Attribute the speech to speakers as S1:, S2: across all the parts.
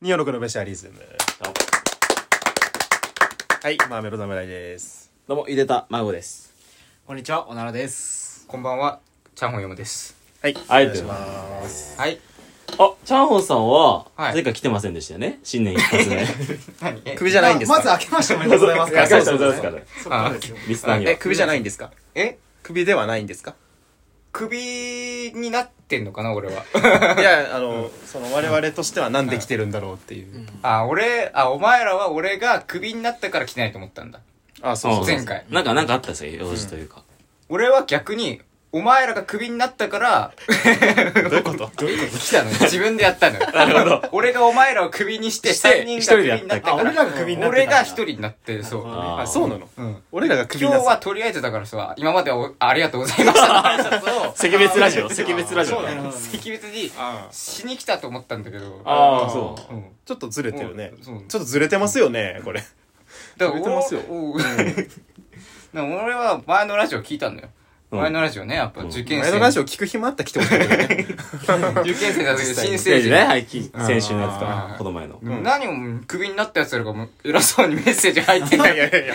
S1: ニオのクロベシャリズム。はい、マーメロ侍です。
S2: どうも、いでた、まごです。
S3: こんにちは、おならです。
S4: こんばんは、チャンホンヨムです。
S1: はい、
S2: あり
S1: お願い
S2: がと
S1: し
S2: うござい
S1: ます。
S4: はい。
S2: あ、チャンホンさんは、
S4: はい
S2: 前回来てませんでしたよね。新年一発目。
S4: 何え
S1: 首じゃないんですか
S3: まず明けましておめでとうございます
S2: あ
S1: あ
S2: りが
S1: そ
S2: と
S1: う
S2: う
S1: です
S2: ございますから。
S3: そっからですよ。
S2: リスナーには
S1: え、。首じゃないんですか
S4: え
S1: 首ではないんですか
S4: 首になってんのかな、俺は。
S1: いや、あの、その我々としてはなんで来てるんだろうっていう。
S4: あ、俺、あ、お前らは俺が首になったから来てないと思ったんだ。
S1: あ、そうそうそう。
S4: 前回
S2: なんか、なんかあったんですよ、用事というか。
S4: 俺は逆に、お前らが首になったから、
S1: どういうことどういうこ
S4: 来たのよ。自分でやったのよ。 俺がお前らを首にして、
S2: して
S4: 3人が首になったから。
S3: 一人でやったあ俺らが首になってた
S4: 俺
S3: んだ
S4: が一人になって、そ
S3: な
S4: う。
S3: る
S2: あ
S1: と
S2: ー、
S1: あ、そうなの
S4: うん。
S1: 俺らが首
S4: 今
S1: な
S4: 日は
S1: さ
S4: とりあえずだからさ、今まではおありがとうございましたの挨拶を
S2: 赤別ラジオ、赤別ラジオ
S4: そう。だよ
S3: なるほど
S4: 赤別に、
S1: あー
S4: しに来たと思ったんだけど。
S2: あーそ
S4: うん。
S1: ちょっとずれてるね。
S4: うん
S1: ち
S4: そ
S1: ょ
S4: う
S1: っとずれてますよね、これ。
S4: だ
S1: 言えてますよ
S4: おお でも俺は前のラジオ聞いたんだよ。
S2: うん
S4: 前のラジオね、やっぱ
S2: うん
S4: 受験生。
S1: 前のラジオ聞く暇あったら来てもらってるね。
S4: 受験生だったけど、新
S2: ステージ
S4: 成人。
S2: ね、はい、き先週のやつ
S4: あ
S2: か
S4: ー。
S2: この前の。
S4: うん何をクビになったやつらがもう偉そうにメッセージ入ってん
S1: い
S4: だ
S1: やい
S4: よ。
S1: やいやい や。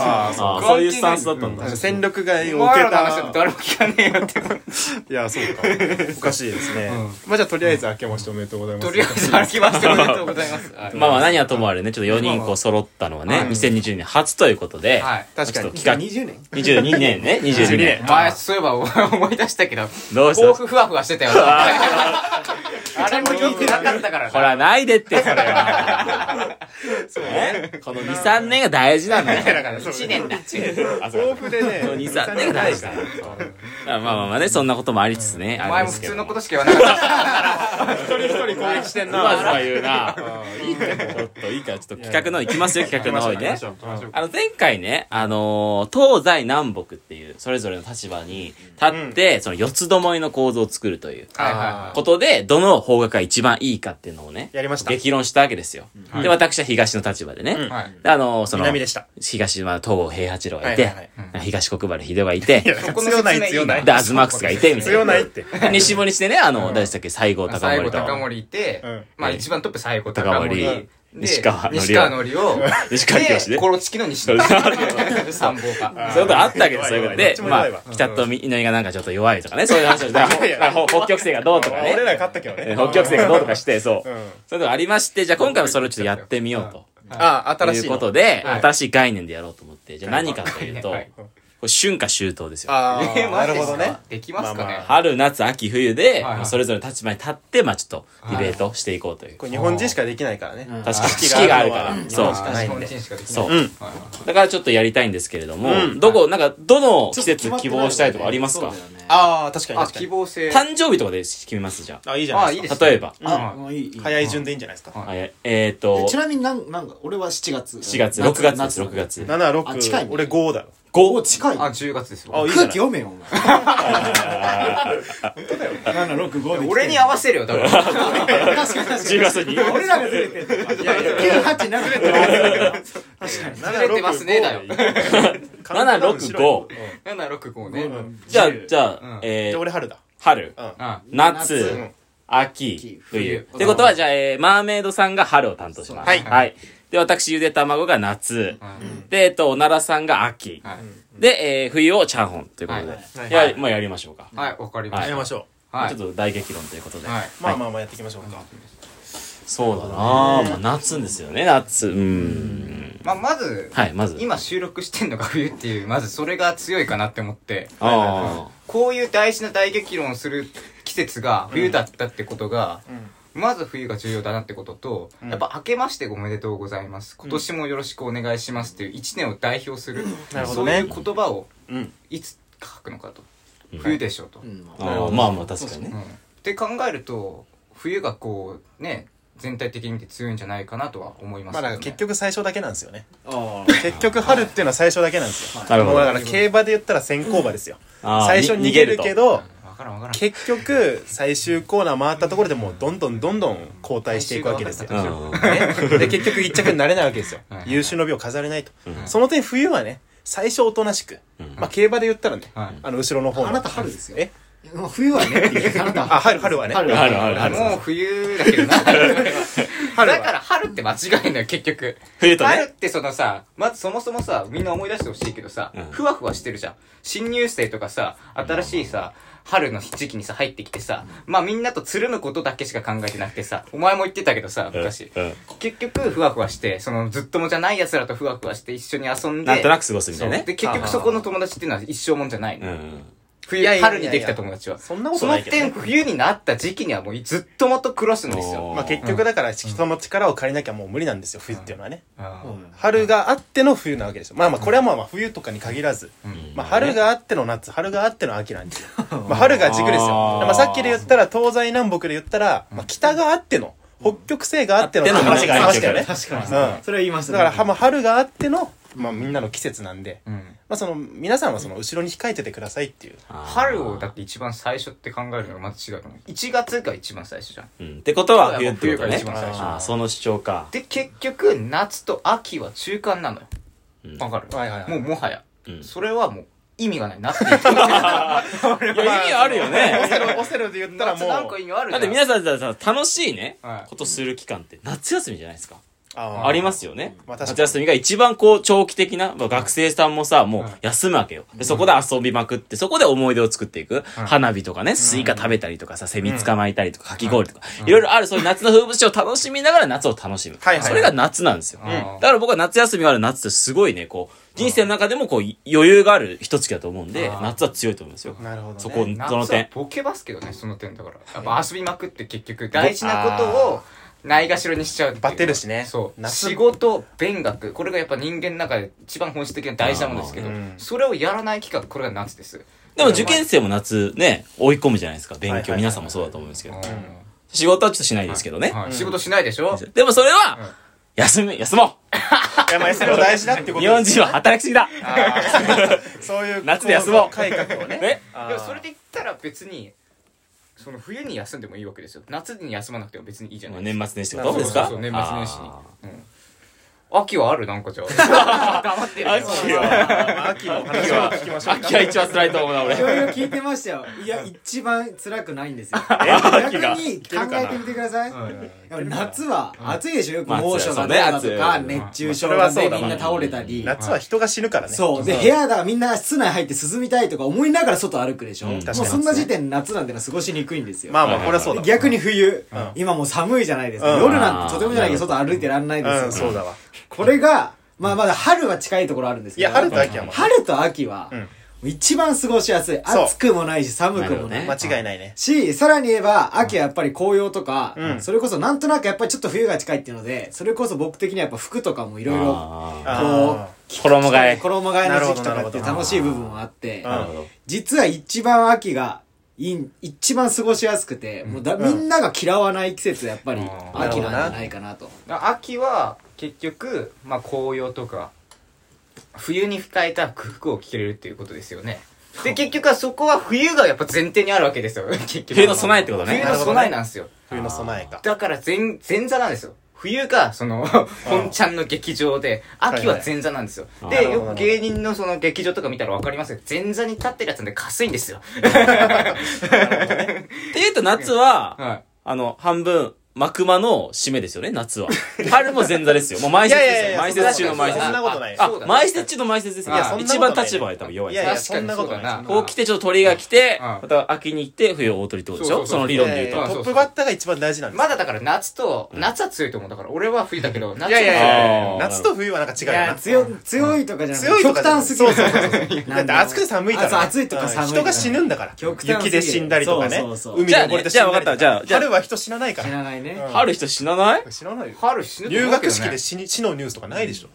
S2: あ
S1: あ
S2: ー
S1: ー
S2: そ
S1: そうう
S2: そういうスタンスだったんだ
S1: あ。の戦力外
S4: お
S1: を受
S4: 前
S1: け
S4: らの話だ
S1: た
S4: と。誰も聞かねえよって。
S1: いや、そうか。 おかしいですね。まあじゃあとりあえず明けましておめでとうございます。
S4: とりあえず歩きましておめでとうございます。はい
S2: まあまあ、何はともあれね、ちょっと4人こう揃ったのはね、2020年初ということで、
S4: はい。
S1: 確か
S2: ちょっ
S1: に
S2: と。企
S3: 20年
S2: 画、22年ね、22年
S4: お。前、そういえばお前思い出したけど、
S2: どうした
S4: 甲府ふわふわしてたよ。あれも聞いてなかっ たから
S2: ほ
S4: な。
S2: ら、ないでって、それは。そうね。この2、3年が大事なんだよ。
S4: だから1年だ。
S2: あ、そ
S1: 豆
S2: うか
S1: 腐でね、
S2: 二三年大事だまあまあまあまあね、そんなこともありつつね。。
S4: お前も普通のこととしか言わなかった。
S1: 一 人一人攻撃してん
S2: うまず
S1: な。
S2: は言うな。ちょっといいから、ちょっと企画の方行きますよ、企画の方にね。あの、前回ね、あのー東西南北っていう、それぞれの立場に立って、その四つどもえの構造を作るという。
S4: はいはいはい。
S2: ことで、どの方角が一番いいかっていうのをね、
S1: やりました
S2: 激論したわけですよ。
S4: はい
S2: で、私は東の立場でね。
S1: うん
S4: はい。
S2: であのーその、
S1: 南でした
S2: 東は東郷平八郎がいて、
S1: はいはい
S2: 東国原秀がいて、
S1: そこの強ない強ない
S2: で、アズマックスがいて、みたい
S1: 強
S2: な。
S1: ないって。
S2: 西森してね、あの、誰でしたっけ、西郷隆
S4: 最
S2: 盛
S4: 後高
S2: と。
S4: 森いて、
S1: うん
S4: まあ
S2: ええ
S4: 一番トップ最後高森
S2: 高
S4: で
S2: 森西川のりを
S4: 西川のりを
S2: 西川きよしね
S4: でコロチキの 西野参謀
S1: あ
S2: そ
S4: か
S2: ういうことあったわけです、そういう
S1: 弱い弱いど
S2: こと
S1: っ
S2: で
S1: ち。も
S2: ま
S1: 弱いわ
S2: あ、北と南がなんかちょっと弱いとか ね、そういう話をして、だから
S1: いや
S2: だから北極星がどうとかね
S1: 俺、ら勝ったけど
S2: え
S1: ね。
S2: 北極星がどうとかして、そう。
S1: うん
S2: そういうのありまして、じゃあ今回もそれをちょっとやってみようと。
S1: あ、
S2: と
S1: 新
S2: い
S1: し
S2: う
S1: い
S2: こと
S1: の。
S2: で、
S4: はい
S2: 新しい概念でやろうと思って、じゃあ何かというと、
S4: は
S2: こ
S4: い
S2: れ春夏秋冬ですよ。
S1: あ
S4: え
S1: ー、
S4: マ
S1: なる
S4: ジで
S1: ほ
S4: す
S1: ど
S4: か
S1: ね。
S4: できますか
S1: まあ
S4: ね
S1: まあ
S2: 春、夏、秋、冬で、
S4: はいはい
S2: それぞれの立場に立って、まあちょっとディベートしていこうという。
S1: これ日本人しかできないからね。
S2: 確かに、式があるから。
S1: うん
S2: そう。
S1: 確かに
S2: だ
S4: 日本人しかできない
S2: そう
S4: はい
S1: うん
S4: はい
S2: からちょっとやりたいんですけれども、
S1: うん
S2: どこ、なんか、どの季節希望したいとかありますか、
S1: ああ、確かに
S4: あ
S1: 確か
S4: 希
S1: に。
S4: 望性
S2: 誕生日とかで決めます、じゃあ。
S1: あ、いいじゃな
S4: あ
S1: い
S4: い
S1: で
S4: い
S1: すか。
S4: ですね
S2: 例えば。
S4: うんはい
S3: あ、いいいい。
S1: 早い順でいいんじゃないですか。
S4: は
S2: あええーっ
S3: え
S2: と
S3: ち、なみになん、なんか、俺は7月。
S2: 4月、
S3: 夏
S2: 6月で
S3: 夏
S2: す、6月。
S1: 7、
S3: あ近い
S1: 6、
S3: ね
S1: 俺5だろ。
S3: お、
S2: 5、
S3: 近い。
S4: あ10月ですよ
S1: あいいじゃ
S3: 空
S1: な
S3: 気
S1: い
S3: 読めよ、お前。7、6、5で。
S4: 俺に合わせるよ だから
S3: 確かに確かに。
S2: 10月に。
S3: 俺らがずれてる。いやいや、9、8、7ずれ
S4: ずれてますねだよ
S2: 7、6、5。
S4: 765ね
S2: じゃあ、じゃ
S4: う
S2: あ
S4: ん、
S2: え
S1: で、
S2: ー、
S1: 俺春だ。
S2: 春、
S1: うん。
S4: あ
S2: 夏
S3: うん、
S2: 秋、冬
S4: 冬。
S2: ってことは、じゃあ、えーマーメイドさんが春を担当します。
S1: はい
S2: はい。で、私、ゆで卵が夏。で、えっと、おならさんが秋。
S4: はい
S2: で、えー冬をチャンホンということ
S4: はい
S1: はい
S2: で。や、もうやりましょうか。
S4: はいわかりま
S2: は
S4: し
S2: い
S1: やりましょ
S4: たはい
S2: ちょっと大激論ということで。
S4: はい
S1: まあまあまあやっていきましょうか。
S2: そうだなあまあ夏ですよね、夏。うん。
S4: まあまず
S2: はい、まず。
S4: 今収録してんのが冬っていうまずそれが強いかなって思って
S2: あ
S4: こういう大事な大激論をする季節が冬だったってことが、まず冬が重要だなってことと、やっぱ明けましておめでとうございます。今年もよろしくお願いしますっていう一年を代表する、
S1: なるほ
S4: そ
S1: ど
S4: う
S1: ね
S4: いう言葉を
S1: うん。
S4: いつ書くのかと。冬でしょうと。うん
S2: あ。ああまあまあ、確かにね。
S4: って考えると、冬がこう、ね、全体的に見て強いんじゃないかなとは思います
S1: まあ
S4: よ
S1: だ
S4: ね、
S1: から結局最初だけなんですよね。
S3: あ
S1: 結局春っていうのは最初だけなんですよ。
S2: なるほ
S1: も
S2: ど
S1: うだから競馬で言ったら先行馬ですよ。
S2: あー
S1: 最初逃げるけど、
S4: わからんわからん。
S1: 結局最終コーナー回ったところでもうどんどんどんどん後退していくわけですよ。
S2: う
S1: ね
S4: 最
S2: ん。
S1: で、結局一着になれないわけですよ
S4: はい。はい
S1: 優秀の美を飾れないと
S2: う。ん
S1: その点冬はね、最初おとなしく。まあ競馬で言ったらね
S4: はい、
S1: あの後ろの方の
S3: あなた春ですよ
S1: え
S3: あ。もう冬はねっていう、あなた
S1: あ、春、春はね。
S3: 春 は
S2: あるあるある。
S4: もう冬だけどな。だ
S1: 春は
S4: って間違いない結局。
S2: 冬とね
S4: 春ってそのさ、まずそもそもさ、みんな思い出してほしいけどさ、
S2: うん
S4: ふわふわしてるじゃん。新入生とかさ、新しいさ、春の時期にさ、入ってきてさ、まあみんなとつるむことだけしか考えてなくてさ、お前も言ってたけどさ、昔。
S2: うんうん
S4: 結局、ふわふわして、そのずっともじゃない奴らとふわふわして一緒に遊んで。
S2: なんとなく過ごすみたいな
S4: そ
S2: ね
S4: うで、。結局そこの友達っていうのは一生もんじゃないの。
S2: うん。
S4: 冬
S1: いやいやいや
S4: 春にできた友達は。
S1: そんなことないけどね
S4: その点、冬になった時期にはもうずっともとクロスなんです
S2: お
S4: よ。
S1: まあ結局だから人の力を借りなきゃもう無理なんですよ、冬っていうのはね。
S4: うん
S1: 春があっての冬なわけですよ。まあまあこれはまあまあ冬とかに限らず、まあ春があっての夏、春があっての秋なんですよ。まあ春が軸ですよ。
S2: あー
S1: まあさっきで言ったら東西南北で言ったら、まあ北があっての、北極星があっての
S2: あっての
S1: 話がありましたよね。
S3: 確かに
S1: うん
S3: それは言いました
S1: だからはまあ春があっての、まあみんなの季節なんで、
S4: うん
S1: まあその皆さんはその後ろに控えててくださいっていう。
S4: 春をだって一番最初って考えるのがまず違うと思う。1月が一番最初じゃん。
S2: うん。ってことは冬ってことね
S4: 冬が一番最。初
S2: ああ、その主張か。
S4: で、結局、夏と秋は中間なのよ
S2: うん。
S4: わかる
S1: はいはいはい
S4: もうもはや
S2: うん。
S4: それはもう意味がない。夏って言ってる
S2: いや、意味あるよ
S1: オ
S2: ね。
S1: セロ、オセロで言ったら
S4: 夏
S1: もう、
S4: なんか意味ある
S2: だ
S4: じ
S2: っ
S4: ゃん。
S2: て皆さんだってさ楽しいね
S4: は、い
S2: ことする期間って夏休みじゃないですか。
S1: あ
S2: ありますよね。
S1: まあ確かに
S2: 夏休みが一番こう長期的な、まあ学生さんもさ、もう休むわけよ。で、そこで遊びまくって、そこで思い出を作っていく。花火とかね、スイカ食べたりとかさ、セミ捕まえたりとか、かき氷とか、いろいろあるそういう夏の風物詩を楽しみながら夏を楽しむ。
S1: はいはい
S2: それが夏なんですよ。
S4: うん
S2: だから僕は夏休みがある夏ってすごいね、こう、人生の中でもこう、余裕がある一月だと思うんで、夏は強いと思うんですよ。
S1: なるほど、ね。
S2: そこ、そ
S4: 夏
S2: の
S4: は
S2: 点。
S4: ボケますけどね、その点だから。やっぱ遊びまくって結局、大事なことを、ないがしろにしちゃうっていう
S1: バテるしね
S4: そう。
S1: 夏
S4: 仕事、勉学、これがやっぱ人間の中で一番本質的な大事なものですけど
S1: あーうん、
S4: それをやらない期間、これが夏です。
S2: でも受験生も夏ね、追い込むじゃないですか。
S1: は
S2: 勉
S1: いはい
S2: 強、
S1: はい
S2: 皆さんもそうだと思うんですけ
S4: う
S2: ど
S4: ん。
S2: 仕事はちょっとしないですけどね。
S4: はい仕事しないでしょ
S2: でもそれは、
S4: うん
S2: 休み、休も
S1: いやまあそれも大事だっていう
S2: う
S1: こと
S2: 日本人は働きすぎだ
S1: そういう
S2: 夏で休もう
S1: 改革をね
S2: え
S1: あ
S4: で
S1: ー
S4: もそれで言ったら別に、その冬に休んでもいいわけですよ。夏に休まなくても別にいいじゃない
S2: 年末年始っ
S1: そ
S2: てこ
S1: う
S2: とですか
S4: そうそうそう年末年始に
S2: あ
S4: 秋はあるなんかじゃ あ。黙ってるよ。
S2: 秋
S1: ま
S2: は
S1: あまあ秋の話を聞きまし
S2: ー
S1: ょう
S2: 秋は一番辛いと思うな、俺。
S3: いろいろ聞いてましたよ。いや、一番辛くないんですよ。
S2: 秋が
S3: 逆に考えてみてください。やっぱ夏は暑いでしょよく
S2: うん
S3: 猛暑が
S2: まあ
S3: だ
S2: 暑い
S3: と
S2: そうね
S3: か、
S2: 暑い
S3: 熱中症
S1: そ
S3: が
S1: れはそ
S3: で
S1: うだ
S3: みんな倒れたり。
S1: 夏は人が死ぬからね
S3: そう。で、部屋だ、みんな室内入って涼みたいとか思いながら外歩くでしょ。
S2: うん
S3: もう
S1: 確かに
S3: そんな時点で夏なんてのは過ごしにくいんですよ。
S1: まあまあこれはそうだ
S3: で逆に冬
S1: ん、
S3: 今もう寒いじゃないですか。
S1: うん
S3: 夜なんてとてもじゃないけど外歩いてらんない
S1: うん
S3: です
S1: そ
S3: よ
S1: う。だわ
S3: これが、まあまだ春は近いところあるんですけど。
S1: いや春と秋はまあ
S3: 春と秋は
S1: ん、
S3: もう一番過ごしやすい。
S1: そう
S3: 暑くもないし寒
S2: な
S3: くもな
S2: る
S3: い
S2: ほどね。
S1: 間違いないね
S3: し、さらに言えば、秋はやっぱり紅葉とか、
S1: うん
S3: それこそなんとなくやっぱりちょっと冬が近いっていうので、それこそ僕的にはやっぱ服とかもいろいろ、
S2: あ
S1: あ
S3: こ
S2: ー衣替え。
S3: 衣替えの時期とかっていう楽しい部分もあって、
S1: なる
S2: ほど
S3: 実は一番秋が、いい一番過ごしやすくて、もうだ、みんなが嫌わない季節はやっぱり
S4: うん
S3: 秋なんじゃないかなと。
S4: 秋は結局、まあ紅葉とか、冬に控えた服を着れるっていうことですよね。で、結局はそこは冬がやっぱ前提にあるわけですよ。 結局
S2: 冬の備えってことね
S4: 冬の備えなんですよ。
S1: 冬の備えか
S4: だから前、前座なんですよ。冬が、その、本ちゃんの劇場で、秋は前座なんですよ。
S2: はい
S1: はい
S4: で、よ
S1: あー
S4: く芸人のその劇場とか見たらわかりますけど、前座に立ってるやつなんでかすいんですよ。
S2: って言うと夏は、
S4: はい。
S2: あの、半分、幕間の締めですよね、夏は。春も前座ですよ。もう前説ですよ。
S1: い
S2: 前
S1: やいやいや
S2: 説中の前説
S1: そん。なことない
S2: あ
S4: そうだ、ね
S2: 前説中の前説ですよ。
S4: いやそんな
S2: 一
S1: ことない
S2: 番立場が多分弱い
S1: い
S2: です
S1: やい
S2: ね。
S1: や
S4: 確か
S1: そ
S4: に
S1: んなことない
S4: そうだな
S1: そんな
S2: こう来て、ちょっと鳥が来て、
S4: うん
S2: また秋に行って、冬を大鳥ってことでしょ
S4: そうそ
S2: そう
S4: そう
S2: の理
S1: い
S2: 論
S1: や
S2: で
S1: いや
S2: 言う
S4: そう
S2: と。
S1: トップバッターが一番大事なんです
S4: まだだから夏と、夏は強いと思う。だから俺は冬だけど、夏はい
S1: やいやいや
S2: あー
S1: 夏と冬はなんか違う
S3: い
S1: よ
S3: や
S1: な
S3: 強強いとかじゃなくて、
S1: 強いと
S3: 極
S1: かじゃない
S3: 端すぎる
S1: そうそうそうそうだって暑くて寒いか
S3: あそう
S1: ら
S3: 暑いとか寒いとか
S1: 人が死ぬんだから
S3: 極端すぎる
S1: 雪で死んだりとかね
S3: そうそうそう
S1: 海で溺れて死んだりとか
S2: じゃあねじゃあ分かったじゃあじゃあ
S1: 春は人死なないか
S3: 知
S1: ら
S3: らないね。
S2: 春人死なない
S1: 知らないよ
S4: 春死ぬと思
S1: 入
S4: うけどね
S1: 学式で死に死のニュースとかないでしょ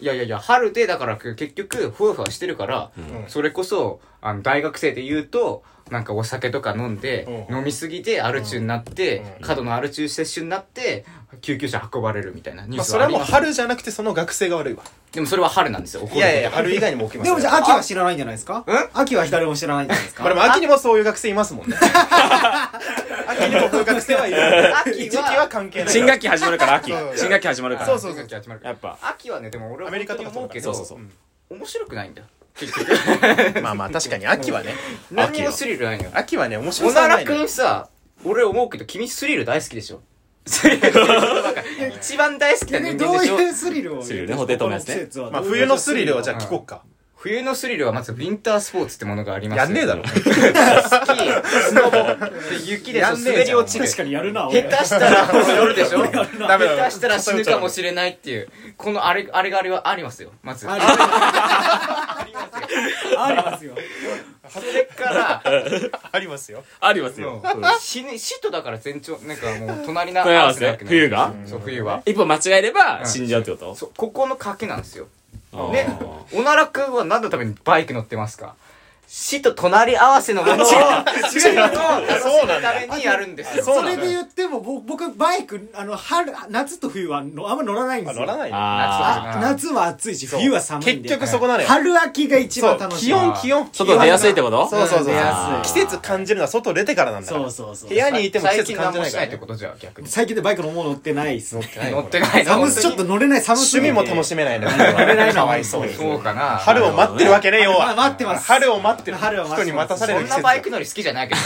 S4: いやいやいや、春で、だから結局、ふわふわしてるから、それこそ、あの、大学生で言うと、なんかお酒とか飲んで、
S1: うん
S4: 飲みすぎてアル中になって、
S1: う
S4: 過度のアル中摂取になって、救急車運ばれるみたいなニ
S1: ま
S4: ュー
S1: あ
S4: ス
S1: それ
S4: はあ
S1: はも
S4: り
S1: う
S4: ます
S1: 春じゃなくてその学生が悪いわ
S4: でもそれは春なんですよ、怒る
S1: いやいやいや春以外にも起きます
S3: で
S1: よ
S3: もじゃあ秋は知らないんじゃないですか
S4: え
S3: 秋は誰も知らないんじゃないです
S1: まあで
S3: か
S1: も秋にもそういう学生いますもんね。 秋にもそういう学生はいる。
S4: 秋は
S1: 時期は関係ない。
S2: 新学期始まるから、秋
S1: う。ん
S2: 新学期始まるから。
S1: そう
S4: そうそうそうそう
S2: やっぱ。
S4: 秋はね、でも俺は
S1: アメリカとか
S4: 思うけ
S2: そ
S4: ど、
S2: うそうそう。
S4: 面白くないんだよ。結局。
S1: まあまあ確かに秋はね、
S4: 何にもスリルないのよ。
S1: 秋はね、面白
S4: 小
S1: さ
S4: 奈
S1: ない
S4: 良く
S1: のよ
S4: んさ、俺思うけど、君スリル大好きでしょ。スリル。一番大好きな
S3: ね
S4: 人
S3: どう
S4: 間でしょ
S3: いうスリルを
S2: スリルねホテトのやつね
S3: この季節は
S1: まあ
S3: どうい
S1: 冬
S3: う
S1: のスリルをじゃあ聞こうか。
S4: 冬のスリルはまずウィンタースポーツってものがあります
S1: やんねえだろ。
S4: スキースノボで雪でしょ
S1: やんねえじゃん
S4: 滑り落ちる
S3: 確かにやるな俺
S4: 下手したら 夜でしょ
S3: やるな
S1: ダメ
S4: 下
S1: だ
S4: 手したら死ぬかもしれないっていうこのあれあれがあれはありますよまず
S3: あ
S4: そ
S3: りますよありま すよ
S4: れから
S1: ありますよ。
S2: ありますよ。
S4: うん死ぬ死とだから全長なんかもう隣な
S2: 隣な
S4: 合
S2: ん
S4: わ
S2: で
S4: せ
S2: すね
S4: なくなる
S2: 冬が
S4: そう冬は
S2: 一歩間違えれば
S4: うん
S2: 死んじゃうってこと
S4: そうここの賭けなんですよ
S2: あー
S4: ねおならくんは何のためにバイク乗ってますか死と隣り合わせのものを違うのを楽しむためにやるんですよ
S3: それで言っても僕僕バイクあの春夏と冬はのあんま乗らないんで
S1: あ
S3: すよ
S1: 乗らないよ。
S2: あ
S3: あ夏は暑いし冬は寒い
S1: 結
S3: んで
S1: 局そこなのよ。
S3: 春秋が一
S1: そ
S3: 番
S1: う
S3: 楽しい
S1: 気温気温。
S2: ー。外出やすいってこと
S1: そうそうそう
S3: 出や。
S1: 季
S2: すい
S1: 節感じるのは外出てからなんだか
S3: そ
S1: ら
S3: う。そうそう
S1: 部屋にいても季節感じない
S4: 最近何もし
S1: か
S4: な
S1: ら
S4: いって
S1: ね。
S4: ことじゃ逆に
S3: 最近でバイクのもう乗ってないっすね
S4: 乗ってないの
S3: 寒すちょっと乗れない寒す
S1: 趣
S3: ぎて
S1: 味も楽しめないのよ。
S3: 乗れないの
S1: かわいそうに。
S4: そうかな
S1: 春を待ってるわけね、要
S3: まあ
S1: は。
S3: 待ってます
S1: 春を待ってる
S3: 春を待っ
S1: 人
S3: て
S1: に
S3: ます
S1: 待たされ
S4: そ
S1: る季
S4: んな
S1: 節
S4: バイク乗り好きじゃないけど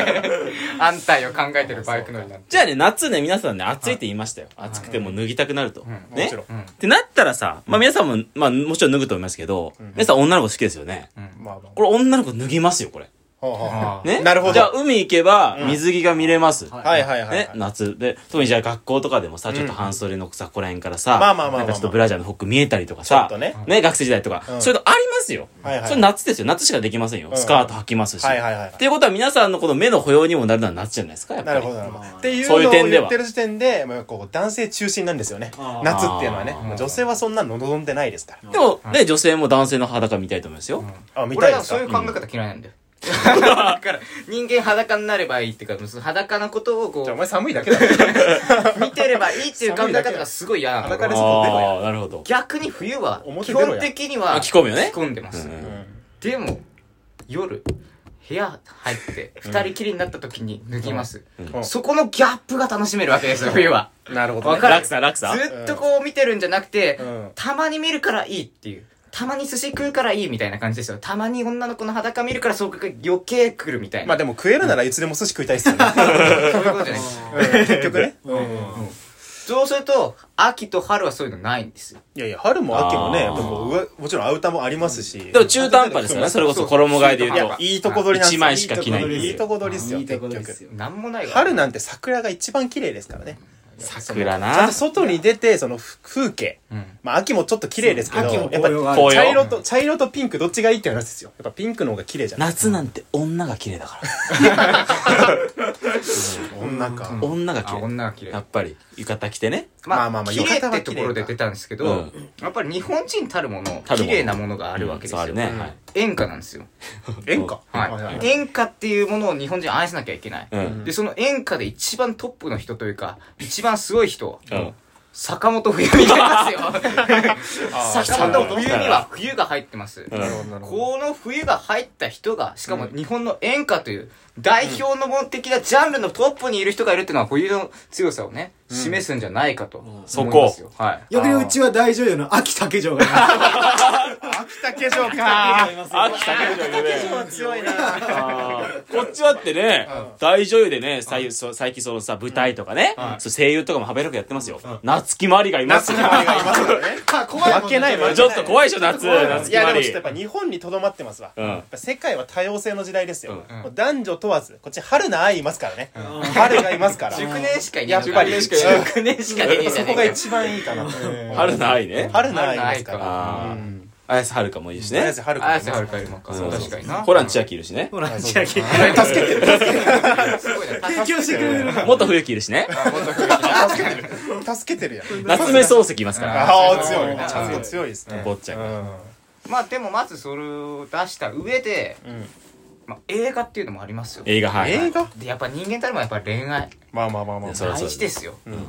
S4: 安泰を考えてるバイク乗りなんて
S2: じゃあね、夏ね、皆さんね、暑いって言いましたよ。暑くてもう脱ぎたくなると。
S4: ん
S2: ね
S1: もちろん
S4: うん
S2: ってなったらさ、まあ皆さんも、まあもちろん脱ぐと思いますけど、皆さん女の子好きですよね。
S1: まあまあ
S2: これ女の子脱ぎますよ、これ。
S1: ほうほうほう
S2: ね。
S1: なるほど
S2: じゃあ海行けば水着が見れます。
S1: はいはいはいは
S2: ね
S1: い。、
S2: 夏で特にじゃあ学校とかでもさちょっと半袖のさここら辺からさ
S1: まあまあまあまあまあ
S2: なんかちょっとブラジャーのホック見えたりとかさ
S1: ちょっとね
S2: 学生時代とか、
S1: うん
S2: そういうのありますよ、
S1: はいはい
S2: それ夏ですよ夏しかできませんよ、
S1: うん
S2: スカート履きますし、
S1: はいはいはいはい
S2: っていうことは皆さんのこの目の保養にもなるのは夏じゃないですかやっぱ
S1: な
S2: り
S1: るほどなるほ
S3: まあ
S1: ど。っていう
S2: そうい
S1: の
S2: う
S1: を
S2: 点では
S1: 言ってる時点で、まあこう男性中心なんですよね
S3: あー。
S1: 夏っていうのはね。
S2: あー
S1: もう女性はそんなの望んでないですから。
S2: でも、ね、女性も男性の裸見たいと思いますよ、
S1: あ、見た
S4: 俺
S1: いで
S4: は
S1: す
S4: そういう
S1: か
S4: 考え方嫌いなんだ よだから人間裸になればいいっていうかその裸のことをこ
S1: じゃあお
S4: う
S1: 前寒いだけだ ろ。
S4: 見てればいいっていう考え方がすごい嫌なの
S1: 裸で
S4: 俺は
S1: すそう出ろ
S2: ああなるほど、
S4: 逆に冬は
S1: 表出
S4: 基
S1: ろや
S4: 本的には
S2: あ着込むよね
S4: 着込んでま
S2: う
S4: す
S2: ん
S4: でも夜部屋入って二人きりになった時に脱ぎます
S1: うん
S4: そこのギャップが楽しめるわけですよ冬は
S1: なるほ
S4: わ
S1: どね。
S4: かる
S2: 楽さ楽
S4: ず
S2: さ
S4: っとこう見てるんじゃなくて、
S1: うん
S4: たまに見るからいいっていう。たまに寿司食うからいいみたいな感じですよ。たまに女の子の裸見るからそうか余計来るみたい な。
S1: まあでも食えるならいつでも寿司食いたいっすよね。
S4: そういうことじゃないです。
S1: 結局ね。
S4: そうすると、秋と春はそういうのないんですよ。
S1: いやいや、春も秋もね、
S2: あー
S1: もう上もちろんアウターもありますし。
S2: でも中途半端ですよねそれこそ衣替えで
S1: い
S2: 言う
S1: や
S2: と、
S1: いいとこ取りなんですよ。
S2: 一枚しか着ないんですよ
S1: いいとこ取りっすよ、
S3: いい
S1: 結
S3: ところで
S1: 局
S3: す。よ
S4: なんもないわ。
S1: 春なんて桜が一番綺麗ですからね。
S2: 桜
S1: ちゃん
S2: な
S1: と外に出て、そのふ風景。
S4: うん
S1: まあ秋もちょっと綺麗ですけど、
S3: 秋も
S1: やっ
S3: 紅葉がある
S2: 紅
S1: 茶色
S2: 葉
S1: と、茶色とピンクどっちがいいって話ですよ。やっぱピンクの方が綺麗じゃない
S2: 夏なんて女が綺麗だから
S1: 女か。
S4: うん
S2: 女が綺
S4: あ
S2: 麗
S4: 女が綺麗
S2: やっぱり浴衣着てね
S4: ま
S1: ま
S4: あ
S1: あ
S4: ま
S1: ま
S4: あ
S1: あ
S4: ま
S1: ま
S4: あ、
S1: あ
S4: 綺麗って
S1: 浴衣は綺
S4: と
S1: 麗か
S4: ころで出たんですけど、
S2: うん
S4: やっぱり日本人たるもの、
S2: たる
S4: 綺
S2: もの
S4: 麗なものがあるわけです
S2: そう
S4: よ。
S2: あるね、はい
S4: 演歌なんですよ。
S1: 演歌は
S4: はい
S1: いはいはい
S4: 演歌っていうものを日本人愛さなきゃいけない。
S2: うん
S4: で、その演歌で一番トップの人というか、一番すごい人、
S2: うん
S4: 坂本冬美がいますよ。
S1: あー
S4: 坂本冬美は冬が入ってます。
S2: うん
S4: この冬が入った人が、しかも日本の演歌という代表のも的なジャンルのトップにいる人がいるっていうのは冬の強さをね、示すんじゃないかと思いますよ。
S2: そ
S4: はい。
S3: 逆にうちは大女優の秋竹城がいます
S1: 秋竹城か。
S2: 秋竹城いるね
S4: 強いな
S2: こっちはってね、大女優でね、最近そ最近そのさ、舞台とかね、そう声優とかも幅広くやってますよ。夏木マリがいます
S1: 夏
S2: よ。
S1: の前がいますからね。
S3: あ怖いもんね
S1: 負けない負けない
S2: ちょっと怖いでしょ、夏。夏
S1: い
S2: 木
S1: や
S2: マ
S1: でも
S2: リ
S1: ちょっとやっぱ日本にとどまってますわ、
S2: うん
S1: やっぱ世界は多様性の時代ですよ、
S4: うん
S1: もう男女問わずこっち春菜愛いますからね、春がいます から、
S4: 熟
S1: そ
S4: 年しかいねえ
S1: やっぱり
S4: 熟年しかいねえじゃね
S1: こが
S4: えか
S1: 一番いいかなと、
S2: 春の愛ね。
S1: 春菜愛いますか
S2: あ
S1: ら、
S2: ー
S1: うん、
S2: 綾瀬はるかもいいし
S1: 綾
S2: ね。
S1: 瀬はるか
S4: 綾瀬はるかいるのか。
S2: そう
S4: 確かにな。
S2: ホラン千秋いるしね。
S3: ほら千秋
S1: 助けてる
S4: すごいな。
S3: 提供してくれる
S2: 元冬樹いるしね。
S1: 助けてる助けてるやん
S2: 夏目漱石いますから。
S1: ああ強いね
S4: あー
S1: ちゃんと強いですね
S2: 坊ちゃん
S1: うん
S4: まあでもまずそれを出した上で、
S1: うん
S4: まあ、映画っていうのもありますよ。
S2: 映画はい。
S1: 映画
S4: でやっぱ人間たるもやっぱ恋愛
S1: まあまあまあまあ
S2: そう
S4: 大事ですよ。
S1: うん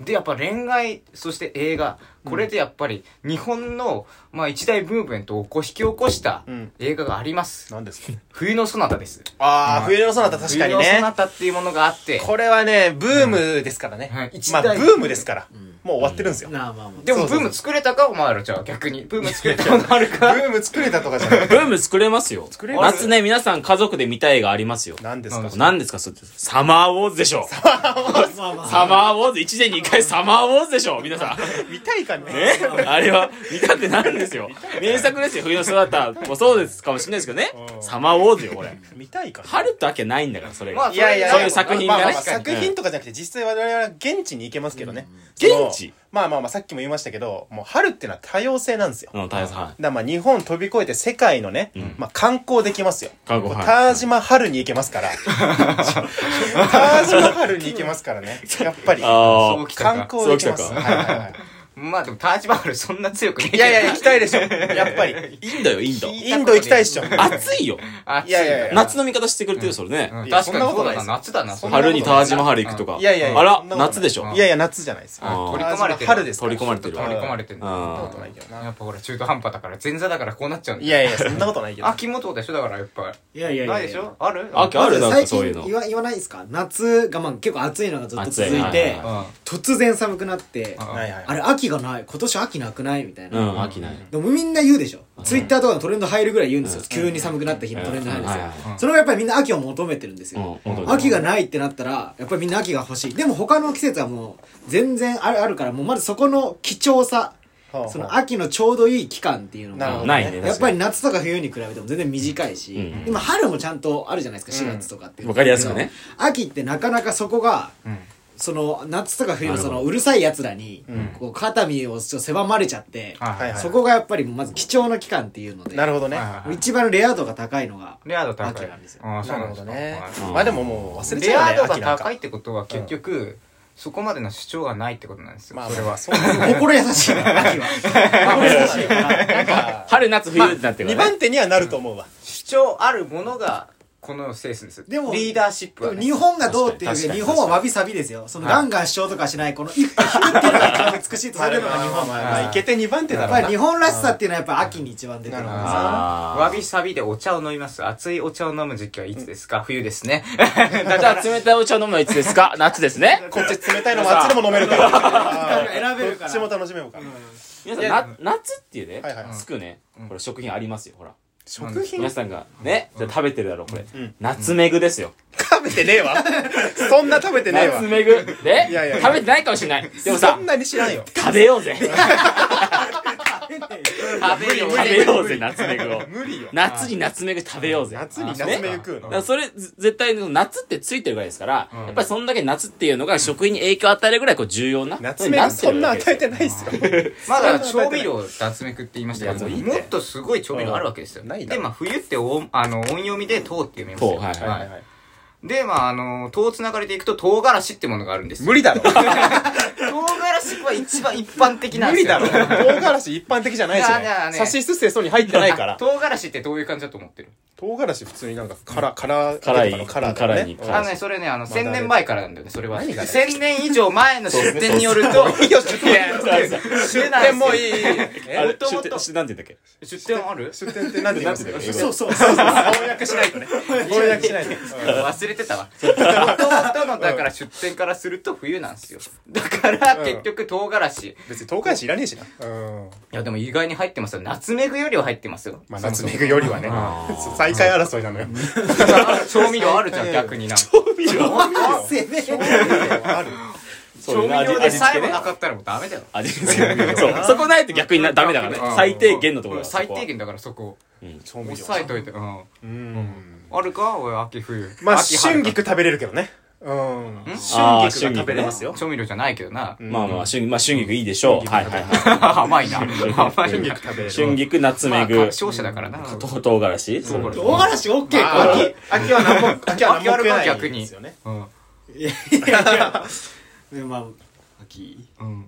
S4: でやっぱ恋愛そして映画これでやっぱり日本の、まあ、一大ムーブメントを起こ引き起こした
S1: うん
S4: 映画があります。
S1: 何ですか
S4: 冬のソナタです。
S1: ああ、
S4: はい
S1: 冬のソナタ確かに
S4: 冬のソ
S1: ね
S4: ナ。タっていうものがあって、
S1: これはね、ブームですからね。
S4: うんはい一
S1: まあ、
S4: 大
S1: ブームですから。もう終わってるんですよ。
S3: なあ まあまあ
S4: でも
S1: そ
S4: ブ
S1: うそうそう
S4: ーム作れたかお前らじゃあ逆に。ブーム作れたものある か
S1: ブーム作れたとかじゃない。
S2: ブーム作れますよ。
S1: れます
S2: 夏ね、皆さん家族で見たい映画ありますよ。
S1: 何です
S4: なん
S1: か
S4: で
S2: 何ですかそれサマーウォーズでしょ
S3: まあまあ
S2: サマーウォーズ、1年に1回サマーウォーズでしょ皆さん。
S1: 見たいかね。
S2: ねあれは見たくなるんですよ。名作ですよ。冬の育ったもそうですかもしれないですけどね。サマーウォーズよ、これ。
S1: 見たいかね
S2: 春ってわけないんだから、それが。
S4: まあ
S1: いやいや、
S2: そういう作品がね
S1: まあまあまあ
S4: 確かに
S1: 作品とかじゃなくて、実際我々は現地に行けますけどね。
S2: うん
S1: その
S2: 現地
S1: まあまあまあ、さっきも言いましたけど、もう春っていうのは多様性なんですよ。
S2: うん、大変さん。
S1: だからまあ日本飛び越えて世界のね、まあ観光できますよ。
S2: 観光はい
S1: タージマハルに行けますから。タージマハルに行けますからね。やっぱり。
S2: あ
S4: そう
S2: あ。
S4: きた
S1: 観
S4: か。
S1: 光できます。
S2: そう
S1: は
S2: 来た
S1: いはいはい。
S4: まあでもターチバールそんな強くない
S1: いやいや、行きたいでしょ。やっぱり。
S2: インドよ、インド。
S1: インド行きたいでしょ。
S2: 暑いよ。
S4: あ
S1: いやいやいや
S2: 夏の味方してくれてる、それね。
S4: うん
S1: いやそ
S4: 確か
S1: ん
S4: に
S1: な
S4: そ
S1: こと
S4: うだ
S1: ないで
S4: な。
S1: す
S4: 夏だな。
S1: そんなこと
S2: 春
S1: ない
S2: にタージマハル行くとか。
S1: いやいやいや
S2: あ
S1: そ
S2: ら
S1: ん、なことない
S2: 夏でしょ
S4: う。ん
S1: いやいや、夏じゃないですよ。
S2: あー
S1: タ
S4: 取り
S1: ージ
S4: 込
S1: マ
S4: まれてる。
S1: 春ですから
S2: 取り込まれてるわ
S4: 取り込まれてる。
S2: う
S4: や
S1: そんなこ
S2: ん
S1: とないけどな
S4: っぱほら中途半端だから前座だからこうなっちゃうんだ
S1: い
S4: よ
S1: やいや、そんなことないけど。
S4: 秋元でしょだからやっぱ
S3: いやいやいや
S4: ないでしょある
S2: 秋あるなんかそういうの
S3: 最近言。わ言わないですか夏がまあ結構暑いのがずっと続
S2: 暑い
S3: い
S2: はい
S3: て
S2: はい
S4: は
S3: 突然寒くなって
S4: うん
S1: はいはい。
S3: あれ秋がない今年秋なくないみたいうな、
S2: ん、飽きない。
S3: でもみんな言うでしょ、ツイッターとかのトレンド入るぐらい言うんですよ、急に寒くなった日のトレンド入るんですよ、
S2: うんはいはい
S4: はい
S3: それがやっぱりみんな秋を求めてるんですよ、
S2: うん求めてる
S3: 秋がないってなったらやっぱりみんな秋が欲しいでも他の季節はもう全然あるあるからもうまずそこの貴重さ
S1: ほう
S3: その秋のちょうどいい期間っていうの
S1: なるほ
S3: が
S1: ど
S2: ないね。
S3: やっぱり
S2: 確
S3: 夏とか冬に比べても全然短いし、
S2: うん
S3: 今春もちゃんとあるじゃないですか4月とかっていうの
S2: わかりやすくね
S3: 秋ってなかなかそこがその夏とか冬のそのうるさいやつらにこう肩身をちょっと狭まれちゃって、
S4: はい
S1: はい
S3: そこがやっぱりまず貴重な期間っていうので
S1: なるほどね。
S4: はい
S3: 一番レア度が高いのが
S4: レア度高
S3: 秋
S4: い
S3: なんですよ
S4: ああそ
S1: な
S4: う
S1: る
S4: な
S1: ほ
S4: ん
S1: ど
S4: で
S1: ね
S4: すか。
S2: うん
S1: まあでももう忘れち
S4: レ
S1: ゃう
S4: ア
S1: よ
S4: 度
S1: ね、秋
S4: が
S1: なん
S4: 高
S1: か
S4: いっ。てことは結局そこまでの主張がないってことなんですよ
S1: まあ
S4: それ
S1: まあ、
S4: は
S1: そうですね。
S3: 心優しいな秋は心優しいから
S1: なんか
S2: かに、春、夏、冬ってなってる
S1: 2
S2: からね。
S1: 番手にはなると思うわ。
S4: 主張あるものがこのセースです
S3: でも
S4: リーダーシップ
S3: で
S4: は
S3: も
S4: ね
S3: 日本がどうっていうよ
S2: 確
S3: り
S2: かに
S3: 日
S2: 確かに
S3: 本はわびさびですよそのガンガン主張とかしないこの一歩引くっていうのが美しいとされるのが日本
S1: まあ
S3: や
S1: まあまあ、いけて2番手だ
S3: っぱ
S1: ろう
S3: り
S1: な。
S3: 日本らしさっていうのはやっぱ秋に一番出てるの
S1: なる
S3: が
S1: ほど
S2: あー
S4: わびさびでお茶を飲みます熱いお茶を飲む時期はいつですか冬ですね
S2: じゃあ、冷たいお茶飲むのはいつで すか夏ですね。
S1: こっち冷たいのもあっちでも飲めるから。
S3: 選べるか
S1: ど
S3: ら
S1: っちも楽しめるから。
S2: 皆さん、な夏っていうね
S1: はいはい、
S2: つくね、これ食品ありますよ、ほら。
S1: 食品
S2: 皆さんが、ね、じゃあ食べてるだろ、これ
S1: ん。
S2: 夏めぐですよ。
S1: 食べてねえわ。そんな食べてねえわ
S2: 夏。めぐ。で
S1: いやいや
S2: 食べてないかもし れない。でも
S1: そ
S2: さ
S1: ん、なに知らんよ。
S2: 食べよ うぜ。
S4: 食べよう
S2: 食べようぜ、夏めぐを。
S1: 無理よ。
S2: 夏に夏めぐ食べようぜ。
S1: 夏に夏目食う
S2: だ
S1: の
S2: か。らそれ、ず絶対、夏ってついてるぐらいですから、やっぱりそんだけ夏っていうのが食品に影響を与えるぐらいこう重要な。
S1: 夏目そんな与えてないっすよ。
S4: まだ調味料脱脈って言いましたけど
S2: いやそういいって
S4: もっとすごい調味料あるわけですよ
S1: ないだ
S4: で
S1: ろ
S4: まあ冬っておあの音読みで「糖」って読みますよ
S2: 糖はいはい
S1: はいはい
S4: でまああの糖つながれていくと唐辛子ってものがあるんですよ
S1: 無 理だろ。
S4: 唐辛子は一番一般的なん
S1: 無
S4: で
S1: 理
S4: す
S1: だ
S4: よ
S1: ろ。唐辛子一般的じゃないし
S4: いやいや
S1: ね。
S4: ね
S1: さしすせそに入ってないから。
S4: 唐辛子ってどういう感じだと思ってる
S1: 唐辛子普通になんか辛、辛、
S2: 辛い
S1: 辛だ
S2: 辛
S1: よ
S2: い
S1: ね。
S2: に辛
S4: あ
S2: い
S4: のね、それね、あの、
S1: だあれ
S4: 1000年前からなんだよね、それは。
S1: 何がね
S4: 1000年以上前の出典によると、いや、出典出典もいい。
S2: あれ、
S4: もとも
S2: 出
S4: と
S2: 店、、しなんて言うん だっ
S4: 出典ある
S1: 出店ってなんて言います
S2: なんて言うんだっけ
S3: そうそうそうそう
S1: 翻訳しないとね。翻訳しないと。
S4: 忘れてたわ。もともとの、だから出典からすると冬なんですよ。だから、
S1: うん
S4: 結局唐辛子。い
S1: 別に唐辛子いらねえしな。うん。
S4: や、でも意外に入ってますよ。夏目具よりは入ってますよ。
S1: まあ、夏目行くよりはね。再開争いなのよ。
S4: 調味料あるじゃん、逆にな。
S3: せめ
S1: ある。
S2: け
S4: 調
S2: そう
S4: 味
S2: ね味
S4: 料で
S2: 味付
S4: さえ
S2: け
S4: も
S2: ね
S4: な。かったらもうダメだよ。
S2: 味付け。 そう。そこないと逆になダメだから
S4: う
S2: ね。
S4: ん
S2: 最低限のところだ
S4: うん最低限だからそこ。
S1: 調味料。
S4: 抑えといて。うん。
S1: うん。
S4: あるかおい、秋冬。
S1: まあ、
S4: 秋春
S1: 春
S4: か
S1: 菊食べれるけどね。うん。春菊
S2: あ
S1: が
S2: ー春菊ね
S1: 食べれますよ。
S4: 調味料じゃないけどな。
S2: まあまあ、春、まあ、春菊いいでしょう。はいはいは
S4: 甘いな。甘い
S1: 春
S4: な
S1: 菊。食べれ
S2: い。
S1: る。
S2: 春菊、夏
S4: ま
S2: め
S4: あ、
S2: ぐ、
S4: 勝者だからな。
S2: と唐辛子そう
S4: 唐辛子
S3: 唐辛子 OK か
S1: 秋、秋は何も、秋は何も食えない。
S4: 秋は
S1: ですよね。
S4: うん。
S3: いやいやまあ
S4: 秋。うん。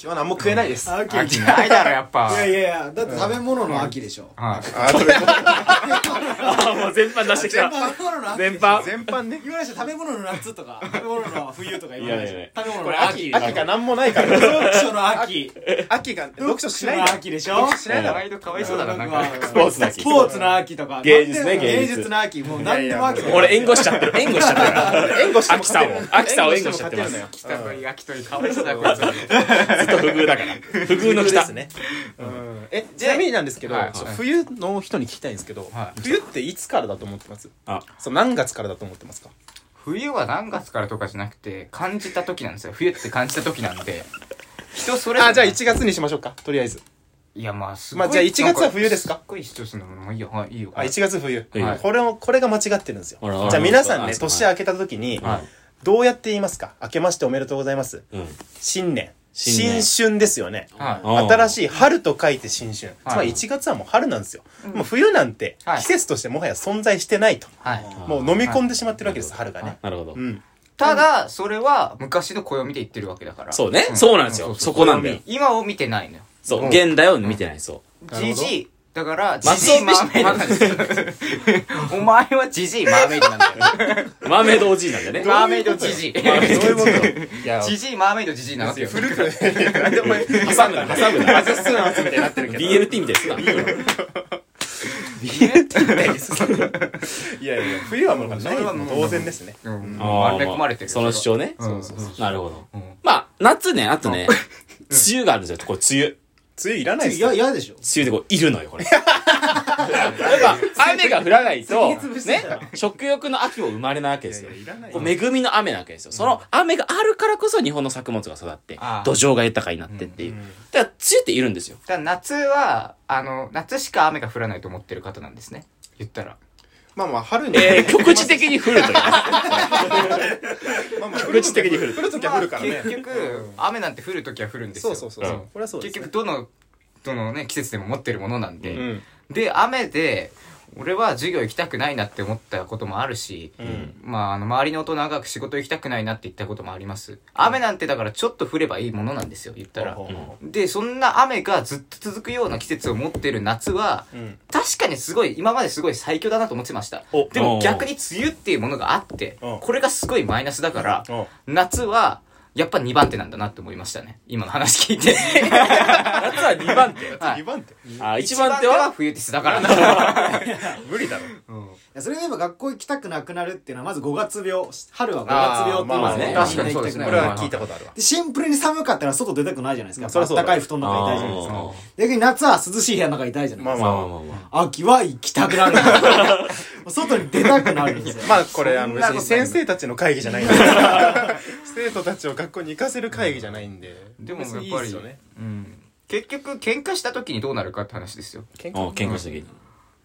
S1: 今日は何も食えないです。
S3: 秋
S4: 秋ないだろ、やっぱ。
S3: いやいやいや、だって食べ物の秋でしょ。
S4: はい
S1: あ、それ、
S2: あ、もう全般出してき
S3: 全
S2: た。
S3: 般食べ物の秋。
S2: 全般。
S1: 全般ね。
S3: 言わないでしょ、食べ物の夏とか、食べ物の冬とか言わな
S2: いやいや
S3: いで
S2: い
S3: しょ。食べ
S1: こ
S3: 物
S1: れ
S3: の秋
S1: 秋、。秋が何もないから。
S3: 読書の秋。
S1: 秋が、読書しない
S3: 読書の
S1: だ
S3: 秋でしょ
S1: 読書しないだろ。
S4: 毎度かわいそうだな、なん
S3: まあ
S4: か。
S2: スポーツの秋
S3: スポーツの秋とか。
S2: 芸術ね
S3: なんでも
S2: 芸
S3: 芸
S2: 術
S3: 術の秋。もう何でも秋だよ。
S2: 俺援護しちゃってる。援護しちゃってるから。 援護し
S1: も
S2: 秋さんを。秋さんを援護しちゃってま
S1: 勝て
S2: す。
S1: る
S2: ずっ
S4: 北とい、秋とい、かわいそうだ、こいつ。
S2: と不遇だから。不遇の
S1: で
S2: 北
S1: す。ね。うんえ、ちなみになんですけど
S4: はい、
S1: そう冬の人に聞きたいんですけど
S4: は、い
S1: 冬っていつからだと思ってます
S2: あ
S1: そう、何月からだと思ってますか
S4: 冬は何月からとかじゃなくて、感じた時なんですよ。冬って感じた時なんで。人それぞれ
S1: あ、じゃあ1月にしましょうか、とりあえず。
S4: いや、まあ、すごい。
S1: まあじゃあ1月は冬ですか
S4: っごい主張するのもいいよ。はい、いいよ。
S1: あ、1月冬
S2: はい
S1: これを、これが間違ってるんですよ
S2: あらあ。ら
S1: じゃあ皆さん
S2: あ
S1: ね、
S2: そう
S1: 年明けた時に、どうやって言いますか明けましておめでとうございます。
S2: うん。
S1: 新年。
S2: 新年
S1: 新春ですよね。
S4: は
S2: うん
S1: 新しい春と書いて新春。つ
S4: はい
S1: まり1月はもう春なんですよ。もう冬なんて
S4: はい
S1: 季節としてもはや存在してないと。
S4: い。はい。
S1: もう飲み込んでしまってるわけです、春がね。
S2: なるほど
S1: う。ん。
S4: ただ、それは昔の暦で言ってるわけだから。
S2: そうね。そうなんですよ。そこなんだよ。
S4: 今を見てないのよ。
S2: そう。現代を見てない、そ
S1: なるほ
S4: ジ
S1: ど
S4: ジイ。だから、
S2: マ
S4: ジ
S2: ス
S4: ジイマーメイドなんですよ。 お前はジジイマーメイドなんだよ。
S2: う。マーメイドおじいなんだ ね。
S4: マーメイドジジイ。
S1: どういうこと いや、
S4: ジジイマーメイドジジイなわけよ。
S1: 古く、 なんでお前、
S2: 挟むな、挟むな。
S1: 外すな、みたいになってるけど。
S2: BLT みたいですな。
S1: いやいや、冬はもうないも当然ですね。
S4: うん
S2: あー
S4: 丸め込まれてる。
S2: その主張ね。
S4: うん。そうそう
S2: なるほど
S4: ん。
S2: まあ、夏ね、あとね、梅雨があるんですよ。これ梅雨。
S1: 梅雨いらないです
S3: い
S1: よ
S3: や、。嫌でしょ。
S2: 梅雨でこういるの よ、これ。やっぱ、雨が降らないと、ね、食欲の秋も生まれないわけですよ。
S1: いらない
S2: こう恵みの雨なわけですよ。その雨があるからこそ日本の作物が育って、
S4: ああ
S2: 土壌が豊かになってっていう。だから、梅雨っているんですよ。
S4: だから夏は、あの、夏しか雨が降らないと思ってる方なんですね。言ったら。
S1: まあまあ、春に。
S2: えー、局地的に降るという。
S1: まあまあ、
S2: 局地的に降 る
S1: 降るときは降るから
S4: まあ結
S1: ね。
S4: 局、雨なんて降るときは降るんです
S1: そ
S4: よ。
S1: うそうそうそう。これはそうです
S4: 結
S1: ね。
S4: 局、どの、どのね、季節でも持ってるものなんで。
S1: うん。
S4: で、雨で、俺は授業行きたくないなって思ったこともあるし、まあ、あの、周りの大人が仕事行きたくないなって言ったこともあります。雨なんてだからちょっと降ればいいものなんですよ、言ったら。で、そんな雨がずっと続くような季節を持ってる夏は、
S1: うん
S4: 確かにすごい、今まですごい最強だなと思ってました
S1: お。
S4: でも逆に梅雨っていうものがあって
S1: うん、
S4: これがすごいマイナスだから、夏は、やっぱ2番手なんだなって思いましたね。今の話聞 いて。
S2: 夏は2番手。
S4: はい
S1: 2番手。
S2: あ、1
S4: 1
S2: 番
S4: 番
S2: 手
S4: 手
S2: は
S4: は冬です。だから。
S1: 無理だろ。
S3: いやそれが今学校行きたくなくなるっていうのはまず5月病春は5月病って
S1: あーま
S3: 今
S1: あ
S3: ね
S1: ね
S3: みんな行
S4: 確
S3: きた
S4: かにそう
S3: く
S4: です
S3: なる
S1: こ
S4: ね
S1: れは聞いたことあるわ。
S3: でシンプルに寒かったら外出たくないじゃないですか、
S1: まあ
S3: あ、
S1: そりゃそうだ
S3: 暖かい布団の中にいたいじゃないで
S2: あ
S3: すか
S2: ー
S3: 逆に夏は涼しい部屋の中にいたいじゃない
S1: まあ
S3: です
S1: ま
S3: か、
S1: あ
S2: ま
S1: ま
S2: あまあまあ。
S3: 秋は行きたくなるんです よ外に出たくなるんですよ
S1: あ。まあこれ、あの、別に先生たちの会議じゃ ないんで。生徒たちを学校に行かせる会議じゃないんで。
S4: でもやっぱ
S1: 別
S4: り
S1: にいいすよね。
S4: うん結局、喧嘩した時にどうなるかって話ですよ。
S2: あ喧嘩した時に。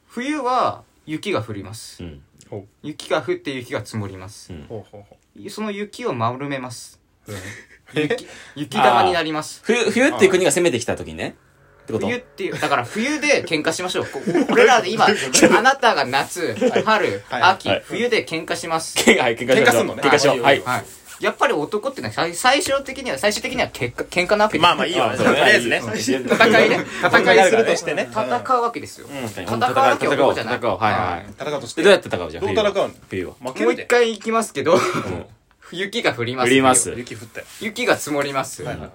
S4: 冬は雪が降ります
S2: う。ん。
S1: ほ
S4: 雪が降って雪が積もります
S2: うん。
S1: うほうほうほ
S4: その雪を丸めます。
S1: う。うん
S4: 雪、雪玉になります。
S2: 冬、冬っていう国が攻めてきた時にね。ってこと
S4: 冬っていう、だから冬で喧嘩しましょう。こ俺らで今、あなたが夏、春、
S1: はい
S4: 秋
S2: はい、
S4: 冬で喧嘩します。
S2: 喧嘩、はい、喧嘩し
S1: 喧
S2: ま
S1: 嘩
S2: し
S1: すん
S2: ょう。
S1: のね
S2: 喧嘩しよう。はい。
S4: はい。やっぱり男ってのは最最終的には、最終的には結果喧嘩なわけですよ。
S1: まあまあいいよ。
S2: あ
S1: と
S2: そ
S1: り
S2: うね
S1: あえずね。
S4: 戦いね。戦いす
S1: す
S4: る
S1: る
S4: と
S1: と
S4: し
S1: してて
S4: ね
S1: ね。
S4: 戦うわけですよ。
S1: うん
S4: 戦うわけは
S2: 戦
S4: こ
S2: お
S4: う
S2: う、
S4: じゃない。
S2: 戦おう。はいはい。
S1: 戦うとし
S2: で
S1: て。
S2: どうやって戦うじゃん
S1: どう戦うの
S2: 冬は。
S1: 負け
S4: もう
S1: る
S4: 一
S1: で。
S4: 回行きますけど、
S2: 冬は。
S4: 雪が降ります。
S2: 降ります
S1: 雪降ったよ。
S4: 雪が積もります、
S1: はいはいは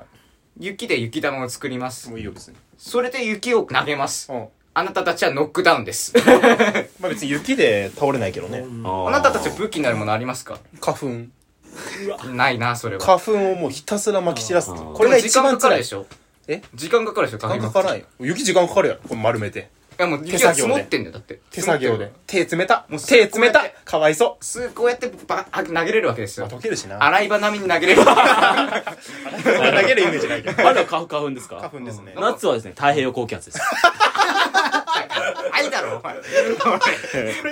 S4: 雪で雪玉を作りま
S1: い。
S4: す
S1: も。ういいよ、別に。
S4: それで雪を投げます
S1: う。ん。
S4: あなたたちはノックダウンです。
S1: まあ別に雪で倒れないけどね。
S2: あ
S4: あなたたちは武器になるものありますか
S1: 花粉。
S4: ないな、それは。
S1: 花粉をもうひたすらまき散らす。
S2: あー
S1: これが一
S4: でも時間
S1: 番
S4: かか
S1: 辛
S4: る
S1: い。時
S4: でしょ
S1: え
S4: 時間かかるでしょ
S1: 間かからん
S4: い。
S1: よ。雪時間かかるやろ。これ丸めて。
S4: いやもう雪
S1: 手
S4: が
S1: 作業
S4: 積
S1: で
S4: もってんだよ、だって。
S1: 手作業で。手冷た。
S4: もう
S1: 手冷
S4: こう
S1: た
S4: やって。
S1: かわいそう。
S4: 積もってる。す、こうやってば、あ投げれるわけです
S1: まあ
S4: よ。
S1: 溶けるしな。
S4: 洗い場並みに投げれる。
S1: 投げるイ メージないけど。
S2: あれは花粉花粉ですか
S1: 花粉ですね。
S2: 夏はですね、太平洋高気圧です。
S4: ありだろお前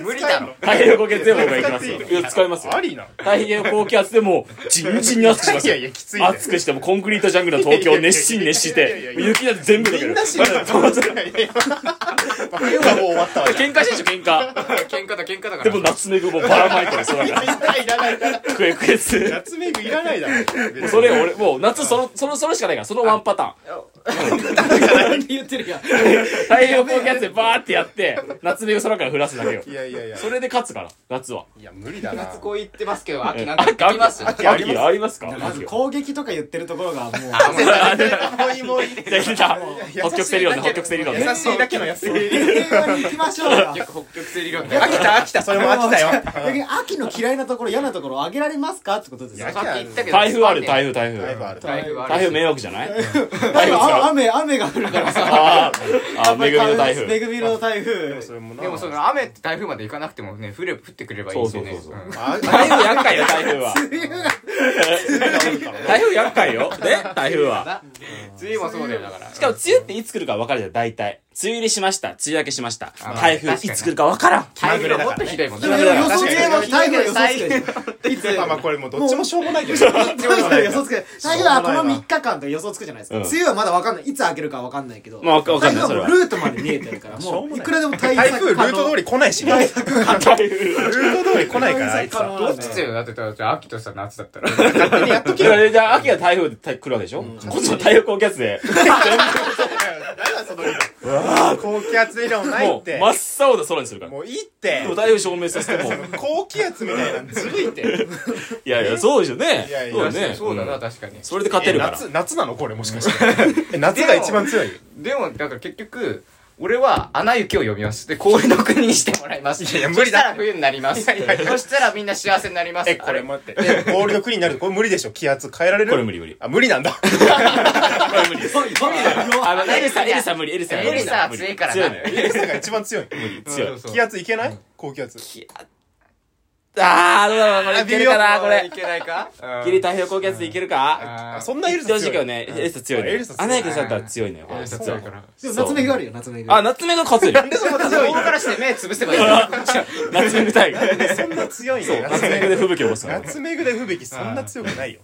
S4: 無理だろ
S2: 太平洋高気圧でも僕は行きます よ。いや、使いますよ。
S1: ありな。
S2: 太平洋高気圧でも、じんじんに熱くします
S1: い
S2: よ
S1: やいや、きついね。
S2: 熱くしてもコンクリートジャングルの東京を熱心熱
S1: い
S2: し
S1: やいや
S2: て、
S1: いやいや
S2: 雪なんて全部でき
S1: みん
S2: る。
S1: な死ぬ。冬はもう終わったわ。
S2: 喧嘩してんでしょ、喧嘩。
S4: 喧嘩だ喧嘩だか ら
S2: でも夏目ぐもばらまいてる、そうだから。
S1: いらない、いらない。
S2: クエクエス。も
S1: 夏目具いらないだろ。
S2: うそれ俺、もう夏その、その、そのしかないから、そのワンパターン。
S3: 言ってるやん。
S2: 太平洋高気圧でバーってやって、夏目ぐ空から降らすだけよ。
S1: いやいやいや。
S2: それで勝つから、夏は。
S1: いや、無理だな。
S4: 夏こう言ってますけど秋
S2: え
S4: なんか聞きます
S2: 秋、秋、ありますか
S3: ま
S2: 秋
S3: ず
S2: は
S3: 攻撃とか言ってるところがもう、
S1: もういいもういい。
S2: じゃあ、出た。北極星理論ね、北極星理論ね
S1: 優。しいだけのやつ。
S3: 平和に行きましょうよ。
S4: 結構北極星理論で
S1: 飽きた飽きた、それも飽きたよ。
S3: 逆に秋の嫌いなところ嫌なところをあげられますかってことですよ
S1: いや
S4: さっき言ったけど
S2: 台風ある、台風、台風。
S1: ある。
S4: 台風ある
S2: 台風迷惑じゃない
S3: 台風あ雨雨が降るからさ
S2: あーあー、めぐみの台風。
S3: 恵みの台風
S1: それもな。
S4: でもその雨って台風まで行かなくてもね降れ降ってくればいいんですよね
S2: そうそうそうそ
S4: ん
S1: あ、
S2: 台風厄介よ、台風は。台風厄介よ。ね台風は。
S4: 梅雨もそうだよだから
S2: しかも、梅雨っていつ来るか分かるじゃん、大体。梅雨入りしました。梅雨明けしました。
S4: あ
S2: 台風
S4: 確か
S2: い
S4: に
S2: つ来るか分からん。
S4: 台風はもっとひどいもんね
S3: でも予想つければ台風は予想つければいつ
S1: まあまあこれもうどっちもしょうもないけ ど。どっちもしょうもない
S3: 予想つけ台風はこの3日間と予想つくじゃないですか、
S2: うん
S3: 梅雨はまだわかんないいつ開けるかわかんないけど、
S2: まあわかわかんない
S3: 台風はもうルートまで見えてるからもういくらでも対
S1: 台風
S3: 策
S1: ルート通り来ない しね。ルー
S2: 台風。
S1: ト通り来ないから、あいつ
S3: 可能
S1: は。
S4: ど
S3: な
S4: っ
S3: んで
S4: ちだよだってたらじゃあ秋とさ夏だったら
S1: 勝手にやっとけ
S2: だか
S1: よ。
S2: らじゃあ、秋は台風で来るわけでしょこっちは太陽高気圧で。
S1: 高気圧理論ない
S2: も
S1: っ
S2: う、
S1: て。
S2: 真っ青な空にするから。
S1: もういいって
S2: で。も台風証明させても。
S1: 高気圧みたいなのずるいって。
S2: いやいや、そうでしょね
S1: いや。い
S2: そう
S1: や
S2: だね。
S4: そうだ
S2: う
S4: なん確かに
S2: それで勝てるから。
S1: 夏、夏なのこれもしかして。 え夏が一番強い。
S4: でもだから結局俺は「アナ雪」を読みますで氷の国にしてもらいますいやいや無理だそしたら冬になりますそしたらみんな幸せになります
S1: え、これ待って。氷の国になるとこれ無理でしょ気圧変えられる
S2: これ無理無理。
S1: あ、無理なんだ。
S2: あの、エルサ、エルサ無理、エルサ。
S4: エルサは強いからな
S2: 強いのよ。
S1: エルサが一番 強い。
S2: 強い。
S1: 気圧いけない高気圧。
S2: あー、どうだろう、これ。いけるかな、こ
S4: い
S2: れ。
S4: けないか
S2: ギリ太平洋高気圧でいけるか
S1: あ、
S4: あ
S1: そんなエルサ
S2: 正
S1: 強い
S2: 直はね、エルサ強いのよ。
S1: エルサ強い
S2: あ、ないけどさだったら強いのよ。
S4: エルサ
S2: 夏
S4: 強い
S2: は
S4: か。ら
S3: でも夏目があるよ夏目が
S2: あ、夏目が勝つよ。
S1: でそんな
S4: そ
S1: 強
S4: う
S1: いの
S4: からして目つぶせばいいから
S2: 夏目みたいが。
S1: そんな強いの
S2: 夏目で吹雪を起こすの。
S1: 夏目ぐらい吹雪そんな強くないよ。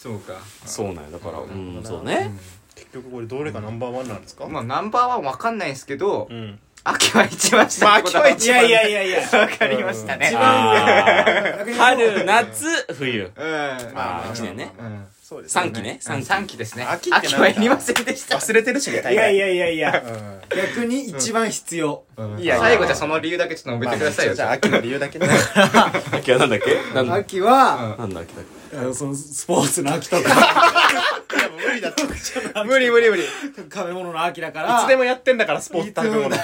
S4: そうか
S2: そうなんよ。だから、うん、そうね。
S1: 結局これどれがナンバーワンなんですか
S4: まあナンバーワンわかんないですけど
S1: うん。
S4: 秋は一番下
S1: まあ
S4: ってこと
S1: 秋は一番いやい
S4: やいやわかりましたね
S2: あー春、夏、冬。
S4: うん
S2: あー、一年ね。
S4: うん
S1: そうですね。
S2: 三期ね。三期。
S4: 3期ですね
S1: 秋
S4: 秋
S1: ってなんだ
S4: はいりませんでした
S1: 忘れてるしね、大概。
S3: やいやいや逆に一番必要、
S1: いやいや
S4: 最後じゃあその理由だけちょっと述べてくださいよ
S1: じゃあ秋の理由だけね。
S2: 秋はなんだっけなんだ
S3: 秋は、
S2: なんだっけ
S3: あのそのスポーツの秋とか
S1: 無理だって。無理無理無理。い
S3: 食べ物の秋だから
S1: つでもやってんだから、スポーツ食べ物。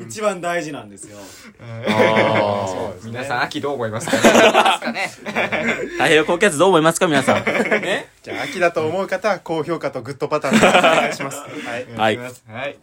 S3: 一番大事なんですよ
S2: あー。
S4: 皆さん秋どう思いますかね
S2: 太平洋高気圧どう思いますか、皆さん。ね
S1: じゃあ秋だと思う方は高評価とグッドパターンでお願いします。はい。
S2: はい。
S4: はい